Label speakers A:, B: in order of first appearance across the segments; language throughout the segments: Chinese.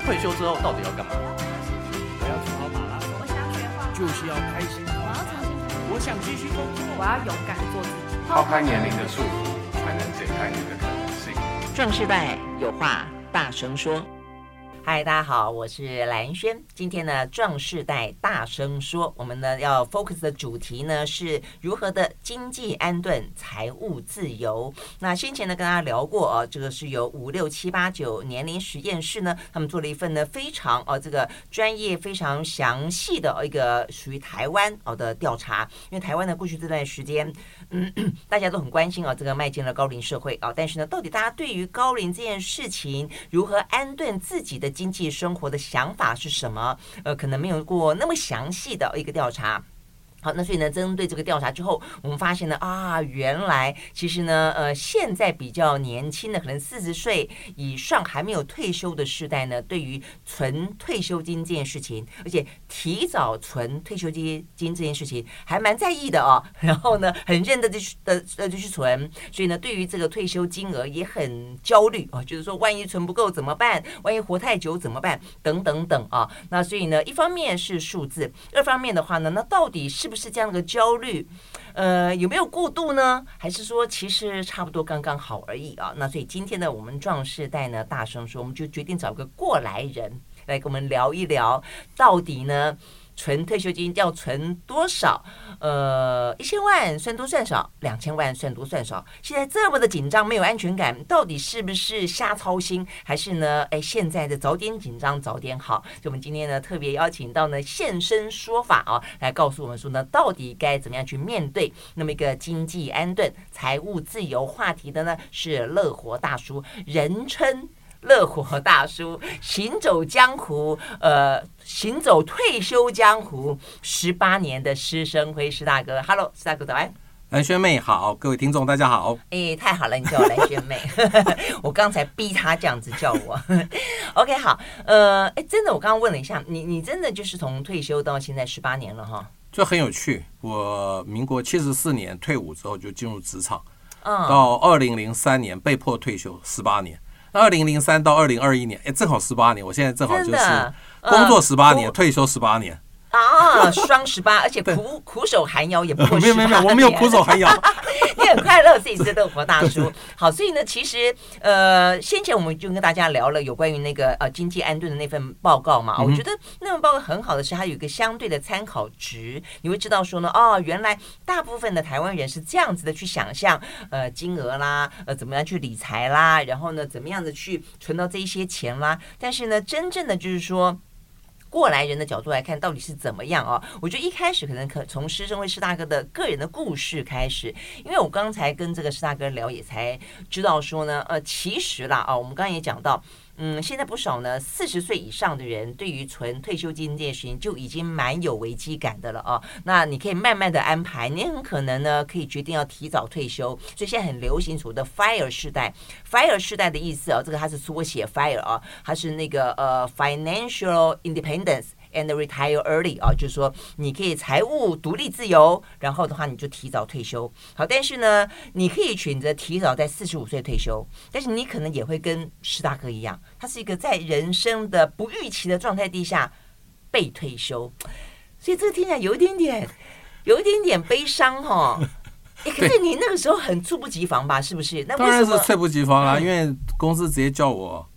A: 退休之后到底要干嘛？
B: 我要做好马拉松，
C: 我想学画画，
B: 就是要开心。
C: 我要重新开始，
B: 我想继续工作。
C: 我要勇敢做自己。
D: 抛开年龄的束缚，才能解开你的可能性。
E: 壮世代有话大声说。
F: 嗨，大家好，我是蓝轩。今天呢，壮世代大声说，我们呢要 focus 的主题呢是如何的经济安顿、财务自由。那先前呢跟大家聊过哦，这个是由五六七八九年龄实验室呢，他们做了一份呢非常哦这个专业、非常详细的哦一个属于台湾哦的调查。因为台湾呢过去这段时间，嗯，大家都很关心哦，这个迈进了高龄社会啊、哦，但是呢，到底大家对于高龄这件事情如何安顿自己的经济生活的想法是什么？呃，可能没有过那么详细的一个调查。好，那所以呢，针对这个调查之后，我们发现呢，啊，原来其实呢，呃，现在比较年轻的，可能四十岁以上还没有退休的世代呢，对于存退休金这件事情，而且提早存退休金金这件事情还蛮在意的哦。 然后呢，很认真的去的呃就去存，所以呢，对于这个退休金额也很焦虑啊，就是说万一存不够怎么办？万一活太久怎么办？等等等啊。那所以呢，一方面是数字，二方面的话呢，那到底是不是这样的焦虑？呃，有没有过度呢？还是说其实差不多刚刚好而已啊？那所以今天呢，我们壮世代呢，大声说，我们就决定找个过来人来跟我们聊一聊，到底呢存退休金要存多少？呃，一千万算多算少，两千万算多算少。现在这么的紧张，没有安全感，到底是不是瞎操心，还是呢？哎，现在的早点紧张，早点好。所以我们今天呢，特别邀请到呢现身说法啊，来告诉我们说呢，到底该怎么样去面对那么一个经济安顿、财务自由话题的呢？是乐活大叔，人称。乐活大叔，行走江湖，呃，行走退休江湖十八年的施生辉施大哥，Hello，施大哥早安。
A: 蓝轩哎妹好，各位听众大家好。
F: 哎、太好了，你叫我蓝轩妹， 我刚才逼他这样子叫我。OK，好，呃，哎，真的，我刚刚问了一下，你你真的就是从退休到现在十八年了哈？
A: 就很有趣。我民国七十四年退伍之后就进入职场，
F: 嗯，
A: 到二零零三年被迫退休十八年。那二零零三到二零二一年，哎，正好十八年。我现在正好就
F: 真
A: 是
F: 的
A: 工作十八
F: 嗯
A: 年，退休十八年。
F: 啊，双十八，而且
A: 对
F: 苦苦守寒 窑也不过
A: 没有没有没有，
F: 18
A: 我没有
F: 年
A: 苦守寒窑。
F: 你很快乐，自己是乐活大叔。好，所以呢，其实呃，先前我们就跟大家聊了有关于那个呃经济安顿的那份报告嘛，我觉得那份报告很好的是它有一个相对的参考值，你会知道说呢，哦，原来大部分的台湾人是这样子的去想象，呃，金额啦，呃，怎么样去理财啦，然后呢，怎么样的去存到这一些钱啦，但是呢，真正的就是说。过来人的角度来看，到底是怎么样啊？我觉得一开始可能可从师生会师大哥的个人的故事开始，因为我刚才跟这个师大哥聊，也才知道说呢，呃，其实啦啊，我们刚刚也讲到。嗯，现在不少呢，四十岁以上的人对于存退休金这件事情就已经蛮有危机感的了啊。那你可以慢慢的安排，你很可能呢可以决定要提早退休，所以现在很流行所谓的 FIRE 世代。FIRE 世代的意思啊，这个它是缩写 FIRE 啊，它是那个呃 financial independence。and retire early 啊，就是说你可以财务独立自由，然后的话你就提早退休。好，但是呢，你可以选择提早在四十五岁退休，但是你可能也会跟石大哥一样，他是一个在人生的不预期的状态底下被退休，所以这个听起来有一点点，有一点点悲伤哈、哦。诶可是你那个时候很猝不及防吧？是不是？那
A: 当
F: 为
A: 然
F: 什
A: 是
F: 么？
A: 猝不及防啦，
F: 嗯
A: 因为公司直接叫我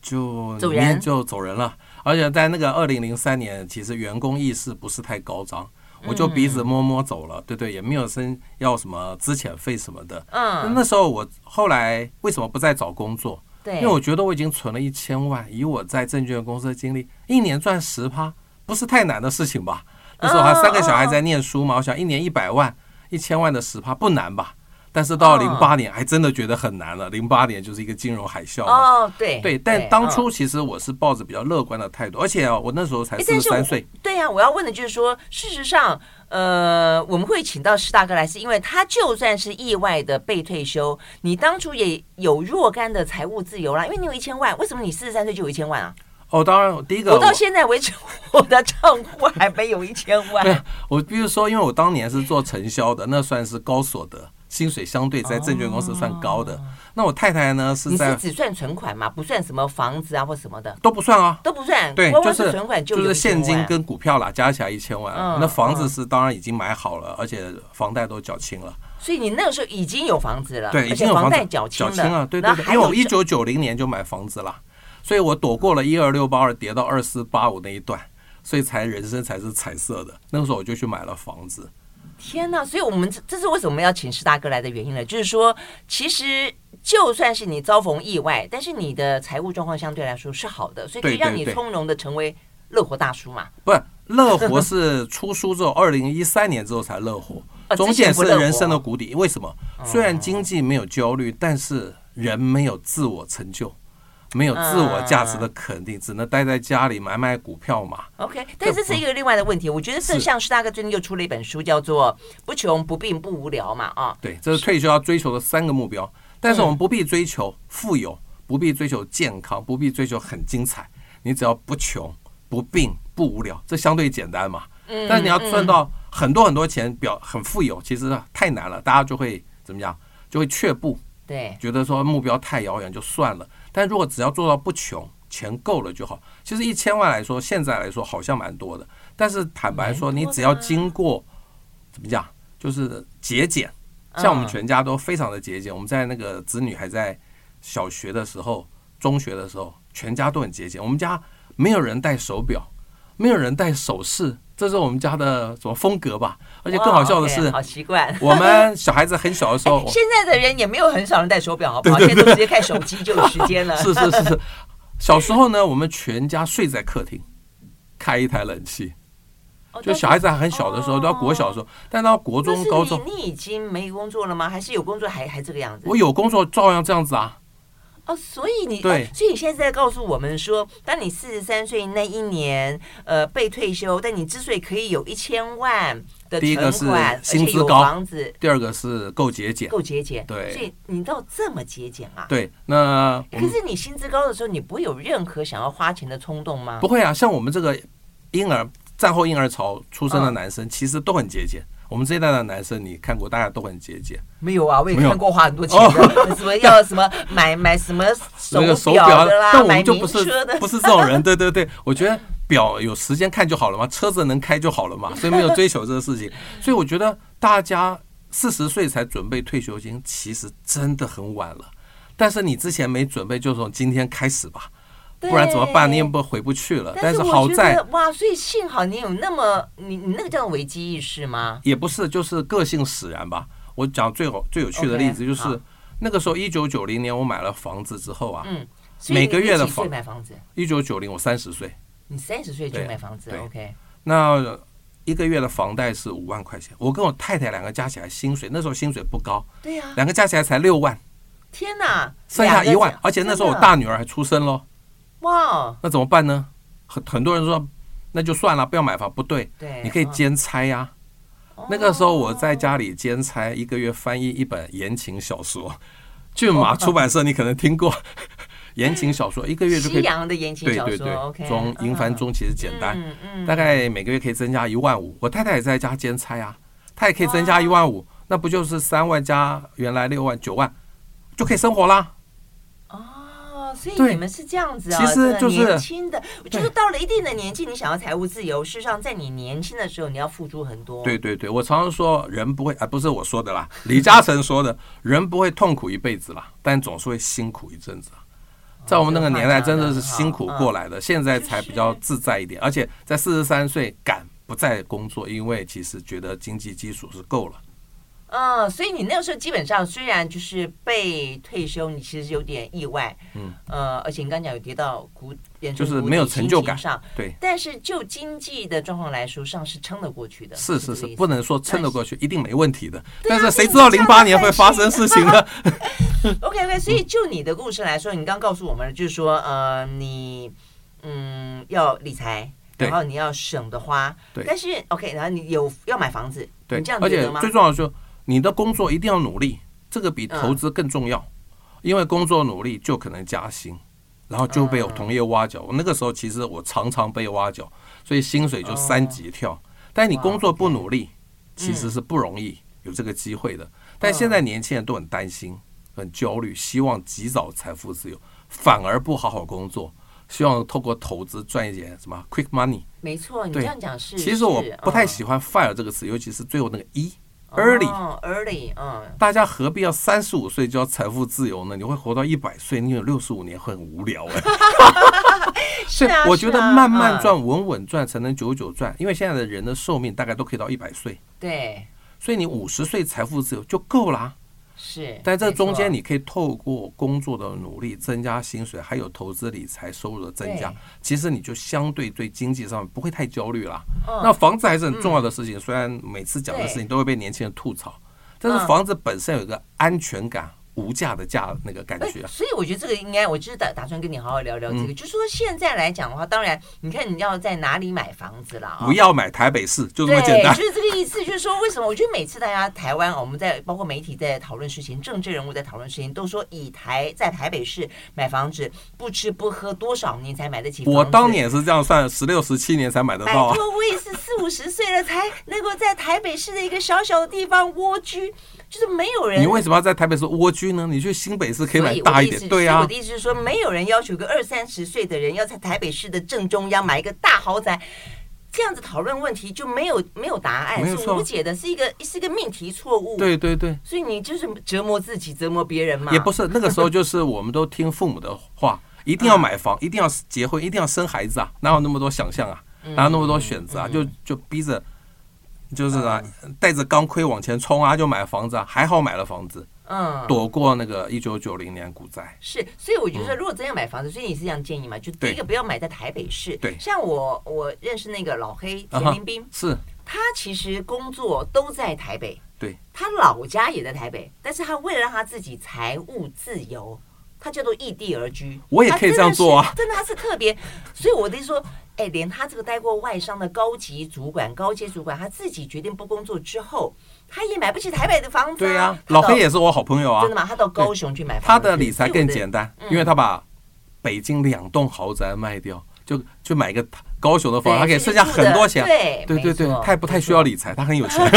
A: 就
F: 走
A: 明天
F: 人
A: 就走人了。而且在那个二零零三年，其实员工意识不是太高涨，我就鼻
F: 嗯
A: 子摸摸走了，对对，也没有申要什么资遣费什么的。
F: 嗯
A: 那，那时候我后来为什么不再找工作？
F: 对，
A: 因为我觉得我已经存了一千万，以我在证券公司的经历，一年赚十趴不是太难的事情吧？那时候
F: 嗯
A: 还三个小孩在念书嘛，我想一年一百万，一千万的十趴不难吧？但是到
F: 嗯
A: 零八年还真的觉得很难了，零八年就是一个金融海啸嘛。
F: 哦，对
A: 对，但当
F: 嗯
A: 初其实我是抱着比较乐观的态度，而且啊，我那时候才
F: 诶
A: 四
F: 但
A: 十
F: 是我
A: 三岁，
F: 对啊呀、我要问的就是说，事实上，呃，我们会请到石大哥来，是因为他就算是意外的被退休，你当初也有若干的财务自由啦，因为你有一千万，为什么你四十三岁就有一千万啊？
A: 哦，当然第一个
F: 我到
A: 我
F: 现在为止，我的账户还没有一千
A: 没有
F: 万。
A: 我比如说，因为我当年是做承销的，那算是高所得，薪水相对在证券公司算高的。
F: 哦
A: 那我太太呢是
F: 你是
A: 在
F: 只算存款吗？不算什么房子啊或什么的
A: 都不算啊，
F: 都不算，
A: 对，
F: 光
A: 就
F: 光
A: 是
F: 存款就
A: 就
F: 有
A: 是
F: 一千
A: 现金
F: 万啊
A: 跟股票啦，加起来一千万。
F: 嗯
A: 那房子
F: 嗯
A: 是当然已经买好了，而且房贷都缴清了。
F: 所以你那个时候已经有房子了，
A: 对，已
F: 而且
A: 经有
F: 房
A: 房
F: 贷
A: 子
F: 缴
A: 清
F: 了，然后
A: 了，对对对，因
F: 还
A: 为
F: 有
A: 我一九九零年就买房子了，所以我躲过了一二六八二跌到二四八五那一段，所以才人生才是彩色的。那个时候我就去买了房子，
F: 天呐！所以我们这这是为什么要请施大哥来的原因了，就是说，其实就算是你遭逢意外，但是你的财务状况相对来说是好的，所以可以
A: 对对
F: 让你
A: 对
F: 从容的成为乐活大叔嘛。
A: 不，乐活 是出书之后，二零一三年之后才乐活
F: 哦，
A: 中
F: 之前
A: 间
F: 不
A: 是
F: 乐活
A: 人生的谷底。为什么？虽然经济没有焦虑，但是人没有自我成就，没有自我价值的
F: 嗯
A: 肯定，只能待在家里买买股票嘛。
F: OK，但这是一个另外的问题。我觉得这
A: 嗯是
F: 像施大哥最近又出了一本书，叫做《不穷不病不无聊》嘛，啊，
A: 对，这是退休要追求的三个目标。但是我们不必追求富有，不必追求健康，不必追求很精彩，你只要不穷、不病、不无聊，这相对简单嘛。但你要赚到很多很多钱，表很富有，其实太难了，大家就会怎么样？就会却步，
F: 对，
A: 觉得说目标太遥远就算了。但如果只要做到不穷，钱够了就好。其实一千万来说，现在来说好像蛮多的，但是坦白说，你只要经过怎么讲，就是节俭，像我们
F: 嗯
A: 全家都非常的节俭。我们在那个子女还在小学的时候、中学的时候，全家都很节俭。我们家没有人戴手表，没有人戴首饰，这是我们家的什么风格吧？而且更好笑的
F: 哇，OK，
A: 是
F: 好，习惯。
A: 我们小孩子很小 的时候，我
F: 现在的人也没有很少人戴手表，好不好？现在都直接看手机就有时间 了。
A: 是是是是。小时候呢，我们全家睡在客厅，开一台冷气。
F: 哦
A: 就小孩子还很小的时候，到国小的时候，但到国
F: 但
A: 中
F: 是、
A: 高中，
F: 你你已经没工作了吗？还是有工作还还这个样子？
A: 我有工作照样这样子啊。
F: 哦，所以你
A: 对
F: 哦所以你现在在告诉我们说，当你四十三岁那一年，呃，被退休，但你之所以可以有一千万的
A: 第一个
F: 存款，
A: 是薪
F: 而且
A: 资
F: 有
A: 高
F: 房子
A: 第二个是够节俭，
F: 够节俭，
A: 对
F: 所以你到这么节俭啊？。
A: 对，那我
F: 可
A: 们
F: 是你薪资高的时候，你不会有任何想要花钱的冲动吗？
A: 不会啊，像我们这个婴儿战后婴儿潮出生的
F: 嗯
A: 男生，其实都很节俭。我们这一代的男生，你看过，大家都很节俭。
F: 没有啊，我也
A: 没有哦
F: 看过花很多钱的， 什么 要什么买买什么
A: 那个手
F: 表
A: 表啊
F: 的啦，
A: 但我
F: 买
A: 们就
F: 名
A: 不是
F: 车的
A: 不是这 种人，对对对，我觉得表有时间看就好了嘛，车子能开就好了嘛，所以没有追求这个事情，所以我觉得大家四十岁才准备退休金，其实真的很晚了，但是你之前没准备，就从今天开始吧，不然怎么办？你也
F: 对
A: 不回不去了。
F: 但
A: 但
F: 是
A: 是
F: 我
A: 好
F: 觉
A: 在
F: 得哇，所以幸好你有那么你你那个叫危机意识吗？
A: 也不是，就是个性使然吧。我讲最有最有趣的
F: OK，
A: 例子就
F: 好
A: 是那个时候一九九零年我买了房子之后啊，
F: 嗯所以
A: 每个
F: 你
A: 月的
F: 几岁
A: 房
F: 买房子，
A: 一九九零我三十岁。
F: 你三十岁就
A: 对啊
F: 买房子
A: 对
F: ，OK？
A: 那一个月的房贷是五万块钱，我跟我太太两个加起来薪水，那时候薪水不高，
F: 对呀、
A: 两个加起来才六万，
F: 天哪，
A: 剩下一
F: 两个
A: 万
F: 钱，
A: 而且那时候我
F: 真的啊
A: 大女儿还出生喽，
F: 哇，哦
A: 那怎么办呢？很很多人说，那就算了，不要买房，不对，
F: 对嗯
A: 你可以兼差呀、那个时候我在家里兼差，一个月翻译一本言情 小说，骏马出版社你可能听过， 言情小说一个月就可
F: 西
A: 以，
F: 洋的言情
A: 对
F: 小
A: 对
F: 说，OK？
A: 对，中英翻中其实简单，
F: 嗯嗯，
A: 大概每个月可以增加一万五。我太太也在家兼差啊，她也可以增加一万五，那不就是三万加原来六万九万，就可以生活啦。
F: 哦，所以
A: 对
F: 你们是这样子啊、
A: 其实就是
F: 这个年轻的，就是
A: 对
F: 到了一定的年纪，你想要财务自由，事实上在你年轻的时候，你要付出很多。
A: 对对对，我常常说人不会啊，不是我说的啦， 李嘉诚说的，人不会痛苦一辈子啦，但总是会辛苦一阵子啊。
F: 哦
A: 在我们那个年代，真的是辛苦
F: 嗯
A: 过来的，现在才比较自在一点，而且在四十三岁敢不再工作，因为其实觉得经济基础是够了。
F: 嗯，所以你那个时候基本上虽然就是被退休，你其实有点意外，嗯，呃，而且你刚讲有跌到谷，严重
A: 就是
F: 谷底
A: 没有成就
F: 心情
A: 感
F: 上，
A: 对，
F: 但是就经济的状况来说，上是撑得过去的，
A: 是是
F: 这
A: 是
F: 个意，思哎
A: 不能说撑得过去，一定没问题的。
F: 啊
A: 但是
F: 所
A: 谁
F: 以
A: 知道
F: 这
A: 零
F: 样
A: 八
F: 的
A: 年会
F: 关
A: 发
F: 系
A: 生事情呢？
F: OK
A: 嗯
F: OK，所以就你的故事来说，你刚告诉我们了，就是说，呃，你嗯要理财，
A: 对
F: 然后你要省得花，
A: 对
F: 但是 OK，然后你有要买房子，
A: 对
F: 你这，样
A: 而
F: 觉
A: 且
F: 得吗？
A: 最重要的是，你的工作一定要努力，这个比投
F: 嗯
A: 资更重要，因为工作努力就可能加薪，然后就被我同业挖角。
F: 嗯
A: 我那个时候其实我常常被挖角，所以薪水就
F: 哦嗯
A: 三级跳。但你工作不努力，其实是不容易有这个机会的。但现在年轻人都很担心、很焦虑，希望及早财富自由，反而不好好工作，希望透过投资赚一点什么 quick money。
F: 没错，你这
A: 对
F: 样讲是。
A: 其实我
F: 是
A: 不太喜
F: 嗯
A: 欢 fire 这个词，尤其是最后那个一、early。
F: 哦 early，嗯，
A: 大家何必要三十五岁就要财富自由呢？你会活到一百岁，你有六十五年会很无聊哎、
F: 是啊，
A: 我
F: 是
A: 觉得
F: 啊
A: 慢慢，
F: 嗯
A: 赚、稳稳赚才能久久赚，因为现在的人的寿命大概都可以到一百岁，
F: 对，
A: 所以你五十岁财富自由就够啦、
F: 是。
A: 但这
F: 没错
A: 中间，你可以透过工作的努力增加薪水，还有投资理财收入的增加
F: 对，
A: 其实你就相对对经济上不会太焦虑啦。
F: 嗯
A: 那房子还是很重要的事情，虽然每次讲的事情
F: 对
A: 都会被年轻人吐槽，但是
F: 嗯
A: 房子本身有一个安全感、无价的价那个感
F: 哎
A: 觉啊。嗯
F: 所以我觉得这个应该，我就是打打算跟你好好聊聊这个。就说现在来讲的话，当然，你看你要在哪里买房子了啊、
A: 不要买台北市，就这
F: 对，
A: 么简单
F: 就。是这个意思，就是说为什么？我觉得每次大家台湾，我们在包括媒体在讨论事情，政治人物在讨论事情，都说以台在台北市买房子，不吃不喝多少年才买得起房子。
A: 我当年也是这样算，十六、十七年才买得
F: 拜
A: 到啊。
F: 托，我也是四五十岁了，才能够在台北市的一个小小的地方蜗居，就是没有人。
A: 你为什么要在台北市蜗居呢？你去新北市可以
F: 所
A: 买
F: 以我
A: 大
F: 的
A: 一
F: 意思
A: 点，对啊
F: 我的。意思是说，没有人要求个二三十岁的人要在台北市的正中央买一个大豪宅。这样子讨论问题就没有没有答案，
A: 没有
F: 是
A: 错
F: 无解的，是一个是一个命题错误。，
A: 对对对，
F: 所以你就是折磨自己，折磨别人嘛。
A: 也不
F: 是
A: 是那个时候，就是我们都听父母的 话，一定要买房，一定要结婚，一定要生孩子啊，哪有那么多想象啊，
F: 嗯
A: 哪有那么多选择啊？就就逼着，就是啊，
F: 嗯
A: 带着钢盔往前冲啊，就买房子啊，还好买了房子，
F: 嗯，
A: 躲过那个一九九零年股灾。
F: 是，所以我觉得，如果真要买房子，所以你是这样建议嘛？就第一
A: 嗯对
F: 个不要买在台北市。
A: 对
F: 像我我认识那个老黑
A: 啊
F: 田
A: 哈
F: 林斌，
A: 是，
F: 他其实工作都在台北，
A: 对，
F: 他老家也在台北，但是他为了让他自己财务自由，他叫做异地而居。
A: 我也可以这样做啊
F: 他真的是真的他是特别，所以我的意思说，哎，连他这个待过外商的高级主管、高阶主管，他自己决定不工作之后，他也买不起台北的房子、啊
A: 对呀、
F: 他到
A: 老黑也是我好朋友啊
F: 真的，吗？他到高雄去买房子，
A: 他的理财更
F: 单。
A: 简单
F: 嗯，
A: 因为他把北京两栋豪宅卖掉，就就买一个高雄的
F: 对
A: 房，他可以
F: 所
A: 剩
F: 以
A: 下
F: 住的
A: 很多钱。啊
F: 对
A: 对对对
F: 没错，
A: 他也不太需要理财，他很有钱。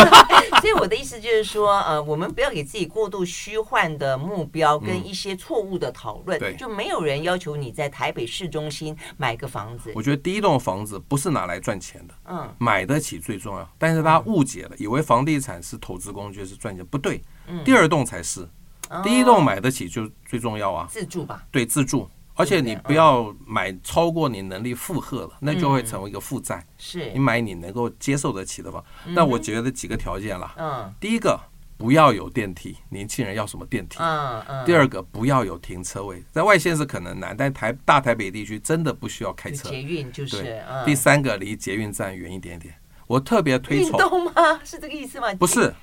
F: 所以我的意思就是说，呃，我们不要给自己过度虚幻的目标跟一些错误的讨论。
A: 嗯对
F: 就没有人要求你在台北市中心买个房子
A: 我。觉得第一栋房子不是拿来赚钱的，
F: 嗯，
A: 买得起最重要。但是大家误解了，以为房地产是投资工具是赚钱，不对，
F: 嗯
A: 第二栋才是。
F: 哦
A: 第一栋买得起就最重要啊，
F: 自住吧。
A: 对自住。而且你不
F: 嗯
A: 要买超过你能力负荷了，那就会成为一个负债。
F: 是
A: 你，买你能够接受得起的房，那我觉得几个条件啦。
F: 嗯
A: 第一个，不要有电梯，年轻人要什么电梯？
F: 嗯嗯。
A: 第二个，不要有停车位，在外县是可能难，但台大台北地区真的不需要开
F: 就
A: 车。
F: 捷运就是
A: 对，
F: 嗯，
A: 第三个离捷运站远一点点。我特别推
F: 运
A: 崇，
F: 动吗？是这个意思吗？
A: 不是，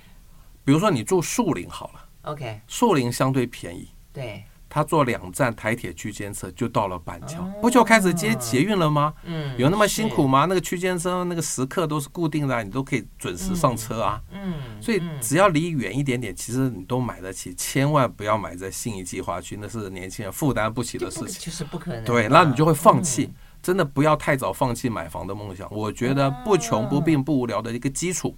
A: 比如说你住树林好了，
F: ，OK，
A: 树林相对便宜，
F: 对，
A: 它坐两站台铁区间车就到了板桥，不就开始接捷运了吗？
F: 哦嗯，
A: 有那么辛苦吗？那个区间车那个时刻都是固定的啊、你都可以准时上车啊。
F: 嗯，
A: 所以
F: 嗯
A: 只要离远一点点，其实你都买得起，千万不要买在信义计划区，那是年轻人负担不起
F: 就
A: 的
F: 不嗯
A: 事情。
F: 就是不可能。
A: 对，那你就会放弃。真的不要太早放弃买房的梦想。我觉得不穷不病不无聊的一个基础，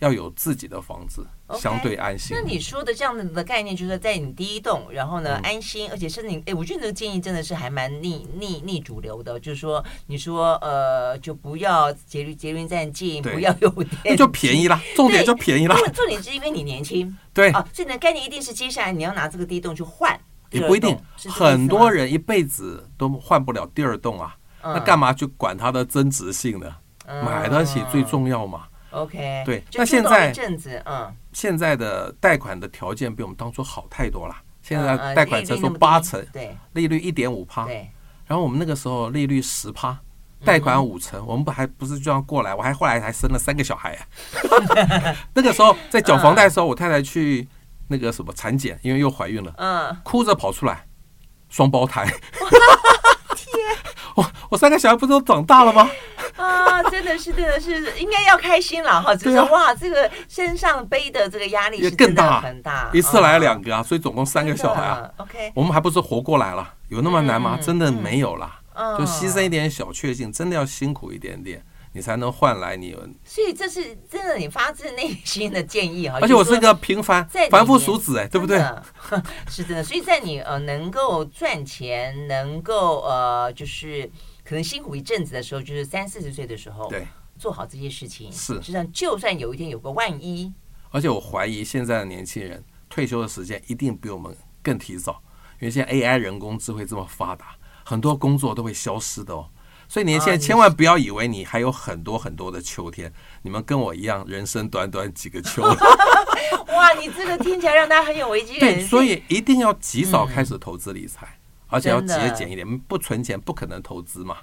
A: 要有自己的房子，
F: OK
A: 相对安心
F: 那。你说的这样子的概念，就是在你第一栋，然后
A: 嗯
F: 呢、安心，而且是你，哎，我觉得你这个建议真的是还蛮逆逆逆主流的，就是说，你说呃，就不要捷运捷运站近，
A: 对
F: 不要有
A: 那
F: 电，
A: 就 便宜啦，重点就便宜啦。
F: 重重点是因为你年轻
A: 对，
F: 啊，所以你的概念一定是接下来你要拿这个第一栋去换，
A: 也不一定，
F: 啊
A: 很多
F: 人
A: 人一辈子都换不了第二栋啊，那
F: 嘛、
A: 干嘛去管它的增值性呢？
F: 嗯
A: 买得起最重要嘛。
F: OK，
A: 对
F: 就
A: 那
F: 住
A: 现
F: 到一
A: 在
F: 阵子，嗯，
A: 现在的贷款的条件比我们当初好太多啦。现
F: 嗯
A: 在
F: 嗯
A: 贷款
F: 利率
A: 成
F: 那
A: 数
F: 么低
A: 八成，啊
F: 对
A: 利率一点五趴，
F: 对，嗯
A: 然后我们那个时候利率十趴，贷款五成，我们不还不是这样过来，我还后来还生了三个小孩、 啊。那个时候在缴房贷的时候，我太太去那个什么产检，因为又怀孕了，
F: 嗯，
A: 哭着跑出来，双 胞胎。 我我三个小孩不是都长大 了吗？
F: 啊，真的是，真的是，应该要开心了哈。只是说、
A: 对啊
F: 哇，这个身上背的这个压力是
A: 也更
F: 真的
A: 大
F: 很大，
A: 一次来
F: 嗯
A: 两个啊，所以总共三个小孩啊。。
F: 真的嗯 OK，
A: 我们还不是活过来了？有那么难吗？
F: 嗯
A: 真的没有啦，
F: 嗯
A: 就牺牲一点小确幸，真的要辛苦一点点。你才能换来你。
F: 所以这是真的你发自内心的建议哈。
A: 而且我
F: 就是说
A: 一个平凡
F: 在里
A: 凡夫
F: 面
A: 俗子，哎，对不对
F: 真？的？ 是真的，所以在你呃能够赚钱，能够呃就是可能辛苦一阵子的时候，就是三四十岁的时候，
A: 对，
F: 做好这些事情，
A: 是
F: 实际上就算有一天有个万一，
A: 而且我怀疑现在的年轻人退休的时间一定比我们更提早，因为现在 AI 人工智慧这么发达，很多工作都会消失的哦。所以年
F: 啊
A: 轻人
F: 你
A: 千万不要以为你还有很多很多的秋天，你们跟我一样，人生短短几个 秋。
F: 哇，你这个听起来让他很有危机感
A: 对，，所以一定要及早开始投资理财，而且要
F: 嗯真的
A: 节俭一点，不存钱不可能投资嘛。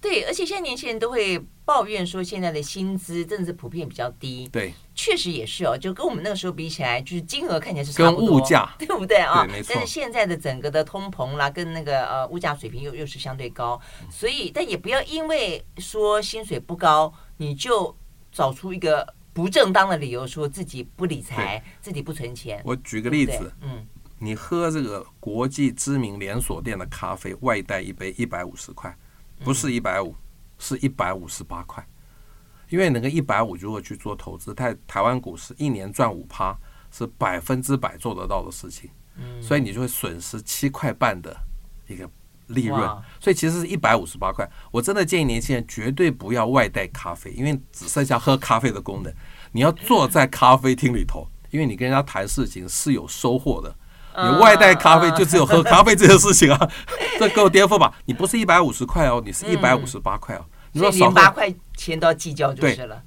F: 对，而且现在年轻人都会抱怨说现在的薪资真的是普遍比较低，
A: 对，
F: 确实也是哦，就跟我们那个时候比起来，就是金额看起来是
A: 跟
F: 差不多
A: 物价
F: 对不对啊？
A: 对没错
F: 但是现在的整个的通膨啦，跟那个呃物价水平又又是相对高，
A: 嗯
F: 所以但也不要因为说薪水不高，你就找出一个不正当的理由说自己不理财，自己不存钱。
A: 我举个例
F: 对
A: 子，，
F: 嗯，
A: 你喝这个国际知名连锁店的咖啡，外带一杯一百五十块，不
F: 嗯
A: 是一百五，是一百五十八块。因为那个一百五如果去做投资，在台湾股市一年赚五趴是百分之百做得到的事情，
F: 嗯
A: 所以你就会损失七块半的一个利润
F: 哇，
A: 所以其实是一百五十八块。我真的建议年轻人绝对不要外带咖啡，因为只剩下喝咖啡的功能。你要坐在咖啡厅里头，因为你跟人家谈事情是有收获的。
F: 嗯
A: 你外带咖啡就只有喝咖啡这件事情啊， 这给我颠覆吧！你不是一百五十块哦，你是一百五十八块哦。你
F: 所
A: 说
F: 以
A: 少
F: 连八
A: 喝
F: 块钱都要计较就是
A: 对
F: 了。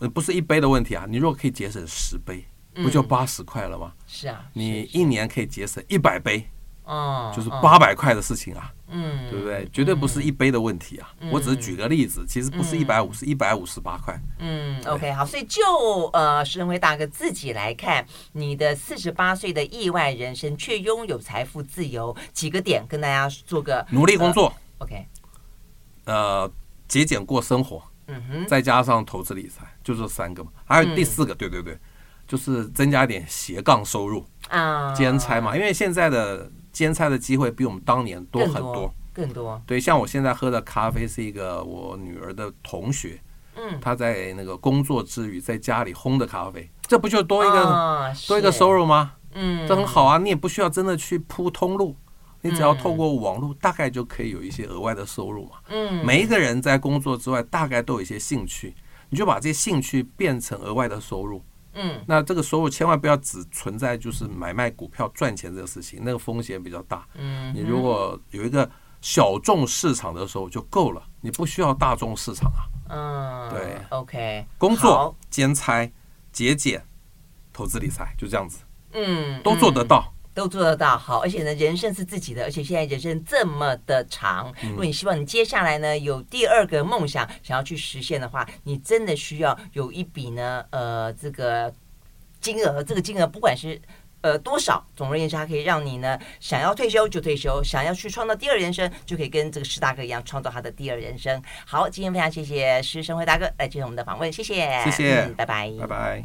A: 呃不是一杯的问题啊，你如果可以节省十杯，不就八十块了吗？
F: 是啊，嗯
A: 你
F: 是
A: 一年可以节省一百杯，
F: 嗯，
A: 就是
F: 嗯，
A: 八百块的事情啊，
F: 嗯，
A: 对不对？绝对不是一杯的问题啊。我只是举个例子，其实不是一百五，是一百五十八块。
F: 嗯，OK，好，所以就呃，石文辉大哥自己来看，你的四十八岁的意外人生，却拥有财富自由，几个点跟大家做个
A: 努力工作，
F: 呃 OK，
A: 呃，节俭过生活，
F: 嗯哼，
A: 再加上投资理财，就这三个嘛。还有第四个，对对对，就是增加一点斜杠收入，
F: 啊，
A: 兼差嘛。因为现在的兼差的机会比我们当年多
F: 更
A: 很
F: 多，更多，
A: 对，像我现在喝的咖啡是一个我女儿的同学，
F: 嗯，
A: 她在那个工作之余在家里烘的咖啡，这不就多一个
F: 啊
A: 多一个收，
F: 是
A: 入吗？
F: 嗯，
A: 这很好啊，你也不需要真的去铺通路，你只要透过网络，大概就可以有一些额外的收入嘛。
F: 嗯，
A: 每一个人在工作之外，大概都有一些兴趣，你就把这些兴趣变成额外的收入。
F: 嗯，
A: 那这个收入千万不要只存在就是买卖股票赚钱这个事情，那个风险比较大。
F: 嗯，
A: 你如果有一个小众市场的时候就够了，你不需要大众市场啊。
F: 嗯，
A: 对
F: ，OK，
A: 工
F: 好
A: 作、兼差、节俭、投资理财，就这样子
F: 嗯，
A: 都做得
F: 嗯
A: 到。
F: 都做得到好，而且呢，人生是自己的，而且现在人生这么的长，如果你希望你接下来呢有第二个梦想想要去实现的话，你真的需要有一笔呢，呃，这个金额，这个金额不管是。呃，多少？总而言之，它可以让你呢，想要退休就退休，想要去创造第二人生，就可以跟这个石大哥一样创造他的第二人生。好，今天非常谢谢石生辉大哥来接受我们的访问，谢谢，
A: 谢谢
F: 嗯拜拜，
A: 拜拜。